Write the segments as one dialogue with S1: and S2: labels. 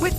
S1: With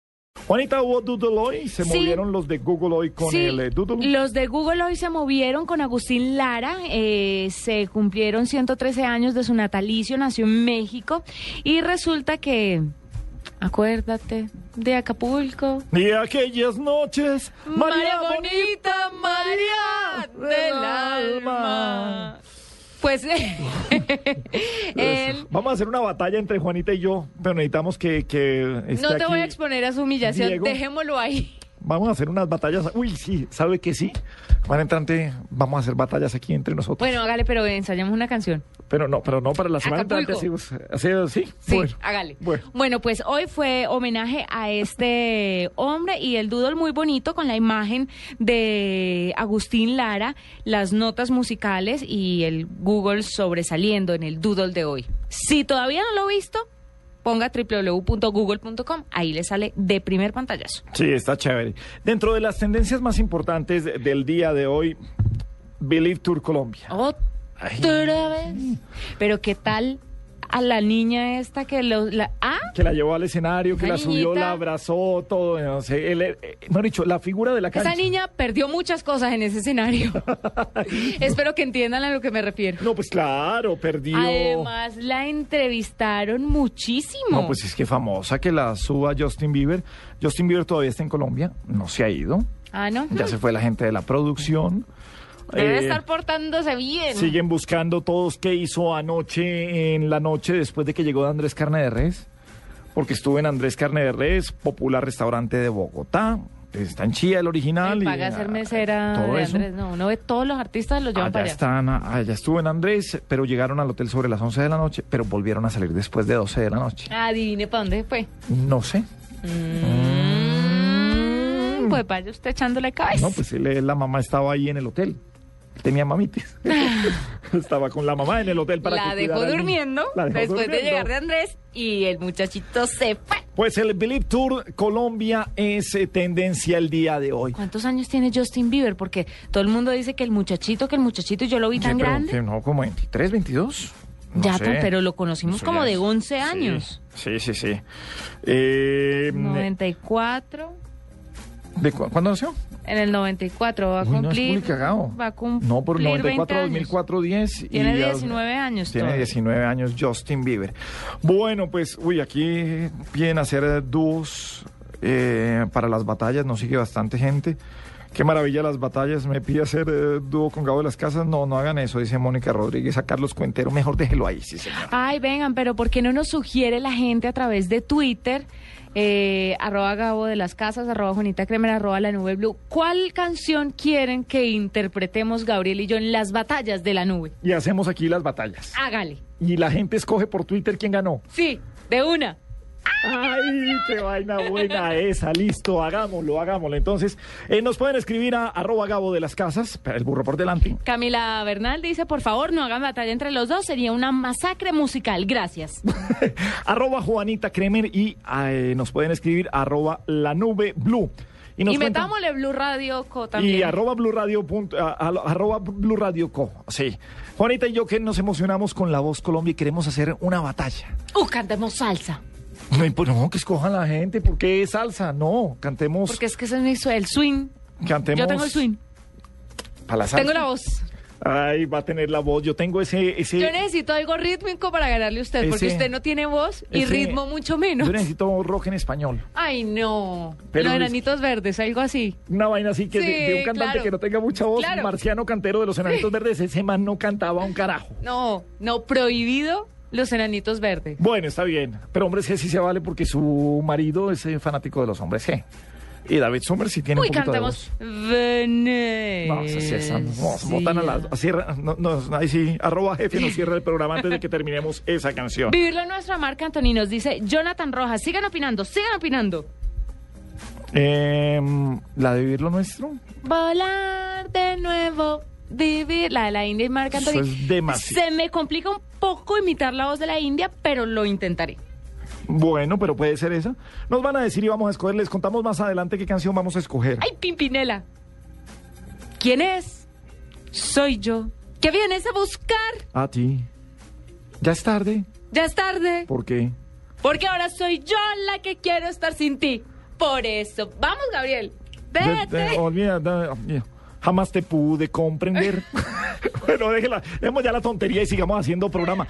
S2: Juanita, hubo Doodle hoy. Se
S3: Sí.
S2: movieron los de Google hoy con
S3: Sí,
S2: el eh, Doodle.
S3: los de Google hoy se movieron con Agustín Lara, eh, se cumplieron 113 años de su natalicio, nació en México y resulta que, acuérdate, de Acapulco.
S2: Y aquellas noches, María, Bonita.
S3: María
S2: del alma.
S3: Pues eh, él-
S2: Vamos a hacer una batalla entre Juanita y yo, pero necesitamos que. que esté
S3: no te voy a
S2: aquí.
S3: exponer a su humillación,
S2: Diego.
S3: dejémoslo ahí.
S2: Vamos a hacer unas batallas. Uy, sí, ¿sabe que sí? Juan entrante, vamos a hacer batallas aquí entre nosotros.
S3: Bueno, hágale, pero ensayamos una canción.
S2: Pero no, pero no para la semana
S3: Acapulco.
S2: entrante. Sí, sí, sí,
S3: Sí,
S2: bueno.
S3: hágale.
S2: Bueno.
S3: Bueno. pues hoy fue homenaje a este hombre y el doodle muy bonito con la imagen de Agustín Lara, las notas musicales y el Google sobresaliendo en el doodle de hoy. Si todavía no lo ha visto, ponga www.google.com, ahí le sale de primer pantallazo.
S2: Sí, está chévere. Dentro de las tendencias más importantes de- del día de hoy, Believe Tour Colombia.
S3: Otra vez. Pero ¿qué tal a la niña esta que lo... la- ah,
S2: Que la llevó al escenario, que
S3: Esa
S2: la subió,
S3: niñita.
S2: la abrazó, todo. No sé, él, eh, eh, mejor dicho, la figura de la cancha.
S3: Esa niña perdió muchas cosas en ese escenario. Espero que entiendan a lo que me refiero.
S2: No, pues claro, perdió.
S3: Además, la entrevistaron muchísimo.
S2: No, pues es que famosa que la suba Justin Bieber. Justin Bieber todavía está en Colombia, no se ha ido.
S3: Ah, ¿no?
S2: Ya se fue la gente de la producción. Eh,
S3: Debe estar portándose bien.
S2: Siguen buscando todos qué hizo anoche en la noche después de que llegó de Andrés Carne de Res, porque estuve en Andrés Carne de Res, popular restaurante de Bogotá. Está en Chía el original.
S3: Me
S2: y,
S3: paga
S2: ah,
S3: ser mesera
S2: todo
S3: de
S2: eso.
S3: Andrés. No, uno ve todos los artistas los llevan
S2: Allá
S3: para allá.
S2: están, ah, allá estuvo en Andrés, pero llegaron al hotel sobre las 11 de la noche, pero volvieron a salir después de 12 de la noche.
S3: Adivine para dónde fue.
S2: No sé.
S3: Mm, Pues vaya usted echándole cabeza.
S2: No, pues él- la mamá estaba ahí en el hotel. Tenía mamitis. estaba con la mamá en el hotel para
S3: la
S2: que
S3: dejó
S2: cuidara al niño.
S3: durmiendo
S2: La dejó
S3: después de
S2: durmiendo.
S3: llegar de Andrés y el muchachito se fue.
S2: Pues el Believe Tour Colombia es eh, tendencia el día de hoy.
S3: ¿Cuántos años tiene Justin Bieber? Porque todo el mundo dice que el muchachito, que el muchachito, y yo lo vi tan
S2: Sí, pero
S3: grande.
S2: que no, como 23, 22. No
S3: ya,
S2: sé.
S3: pues, pero lo conocimos
S2: Eso
S3: como
S2: ya
S3: de
S2: es- sí,
S3: 11 años.
S2: Sí, sí, sí. Eh,
S3: 94.
S2: ¿de cu- ¿Cuándo nació?
S3: En el 94 va a
S2: Uy, no, es
S3: cumplir.
S2: muy cagado.
S3: va a cumplir.
S2: No, por 94,
S3: 20 años.
S2: 2004, 10. y
S3: Tiene
S2: ya-
S3: 19 años.
S2: Tiene
S3: todavía.
S2: 19 años Justin Bieber. Bueno, pues, uy, aquí vienen a hacer eh, dúos eh, para las batallas, nos sigue bastante gente. Qué maravilla las batallas, me pide hacer eh, dúo con Gabo de las Casas. No, no hagan eso, dice Mónica Rodríguez. A Carlos Cuentero, mejor déjelo ahí, sí, señor.
S3: Ay, vengan, pero ¿por qué no nos sugiere la gente a través de Twitter? eh, arroba Gabo de las Casas, arroba Juanita Kremer, arroba La Nube Blue. ¿Cuál canción quieren que interpretemos Gabriel y yo en las batallas de la nube?
S2: Y hacemos aquí las batallas.
S3: Hágale.
S2: Y la gente escoge por Twitter quién ganó.
S3: Sí, de una.
S2: ¡Ay, qué vaina buena esa! Listo, hagámoslo, hagámoslo. Entonces, eh, nos pueden escribir a arroba Gabo de las Casas, el burro por delante.
S3: Camila Bernal dice, por favor, no hagan batalla entre los dos, sería una masacre musical. Gracias.
S2: arroba Juanita Kremer y eh, nos pueden escribir arroba la nube blue. nos
S3: Y
S2: cuentan-
S3: metámosle Blue Radio Co también.
S2: Y arroba Blue Radio, punto- a- a- arroba Blue Radio Co. Sí. Juanita y yo que nos emocionamos con La Voz Colombia y queremos hacer una batalla.
S3: Uh, cantemos salsa.
S2: No, y pues no, que escojan la gente, porque es salsa. No, cantemos.
S3: Porque es que ese es mi sue- el swing.
S2: cantemos
S3: Yo tengo el swing.
S2: pa' la salsa.
S3: Tengo la voz.
S2: Ay, va a tener la voz. Yo tengo ese. ese
S3: Yo necesito algo rítmico para ganarle a usted, porque
S2: Ese-
S3: usted no tiene voz y
S2: ese-
S3: ritmo mucho menos.
S2: Eh, Yo necesito rock en español.
S3: Ay, no.
S2: Pero
S3: Los
S2: es-
S3: granitos verdes, algo así.
S2: Una vaina así que de,
S3: Sí,
S2: de un cantante
S3: claro.
S2: que no tenga mucha voz.
S3: Claro.
S2: Marciano Cantero de los Enanitos Verdes. Ese man no cantaba un carajo.
S3: No, no, prohibido los enanitos verdes.
S2: Bueno, está bien. Pero hombres G sí se vale porque su marido es eh, fanático de los hombres G. Y David Sommer sí tiene
S3: Uy,
S2: un poquito
S3: cantemos. Eh,
S2: de voz. No, sí, sí, esa, no,
S3: Venecia.
S2: botan a la- cierra- no, no, ahí sí, arroba jefe nos cierra el programa antes de que terminemos esa canción.
S3: Vivirlo en nuestra marca, Anthony, nos dice Jonathan Rojas. Sigan opinando, sigan opinando.
S2: Em, la de vivir lo nuestro.
S3: Volar de nuevo, vivir. La de la India y Marc
S2: Eso
S3: Anthony.
S2: es demasiado.
S3: Se me complica un poco imitar la voz de la India, pero lo intentaré.
S2: Bueno, pero puede ser esa. Nos van a decir y vamos a escoger. Les contamos más adelante qué canción vamos a escoger.
S3: ¡Ay, Pimpinela! ¿Quién es? Soy yo. ¿Qué vienes a buscar?
S2: A ti. Ya es tarde.
S3: Ya es tarde.
S2: ¿Por qué?
S3: Porque ahora soy yo la que quiero estar sin ti. Por eso. Vamos, Gabriel.
S2: Ya-
S3: Vete.
S2: ya- olvida, da- mira, jamás te pude comprender. bueno, déjela. Demos ya la tontería y sigamos haciendo programa.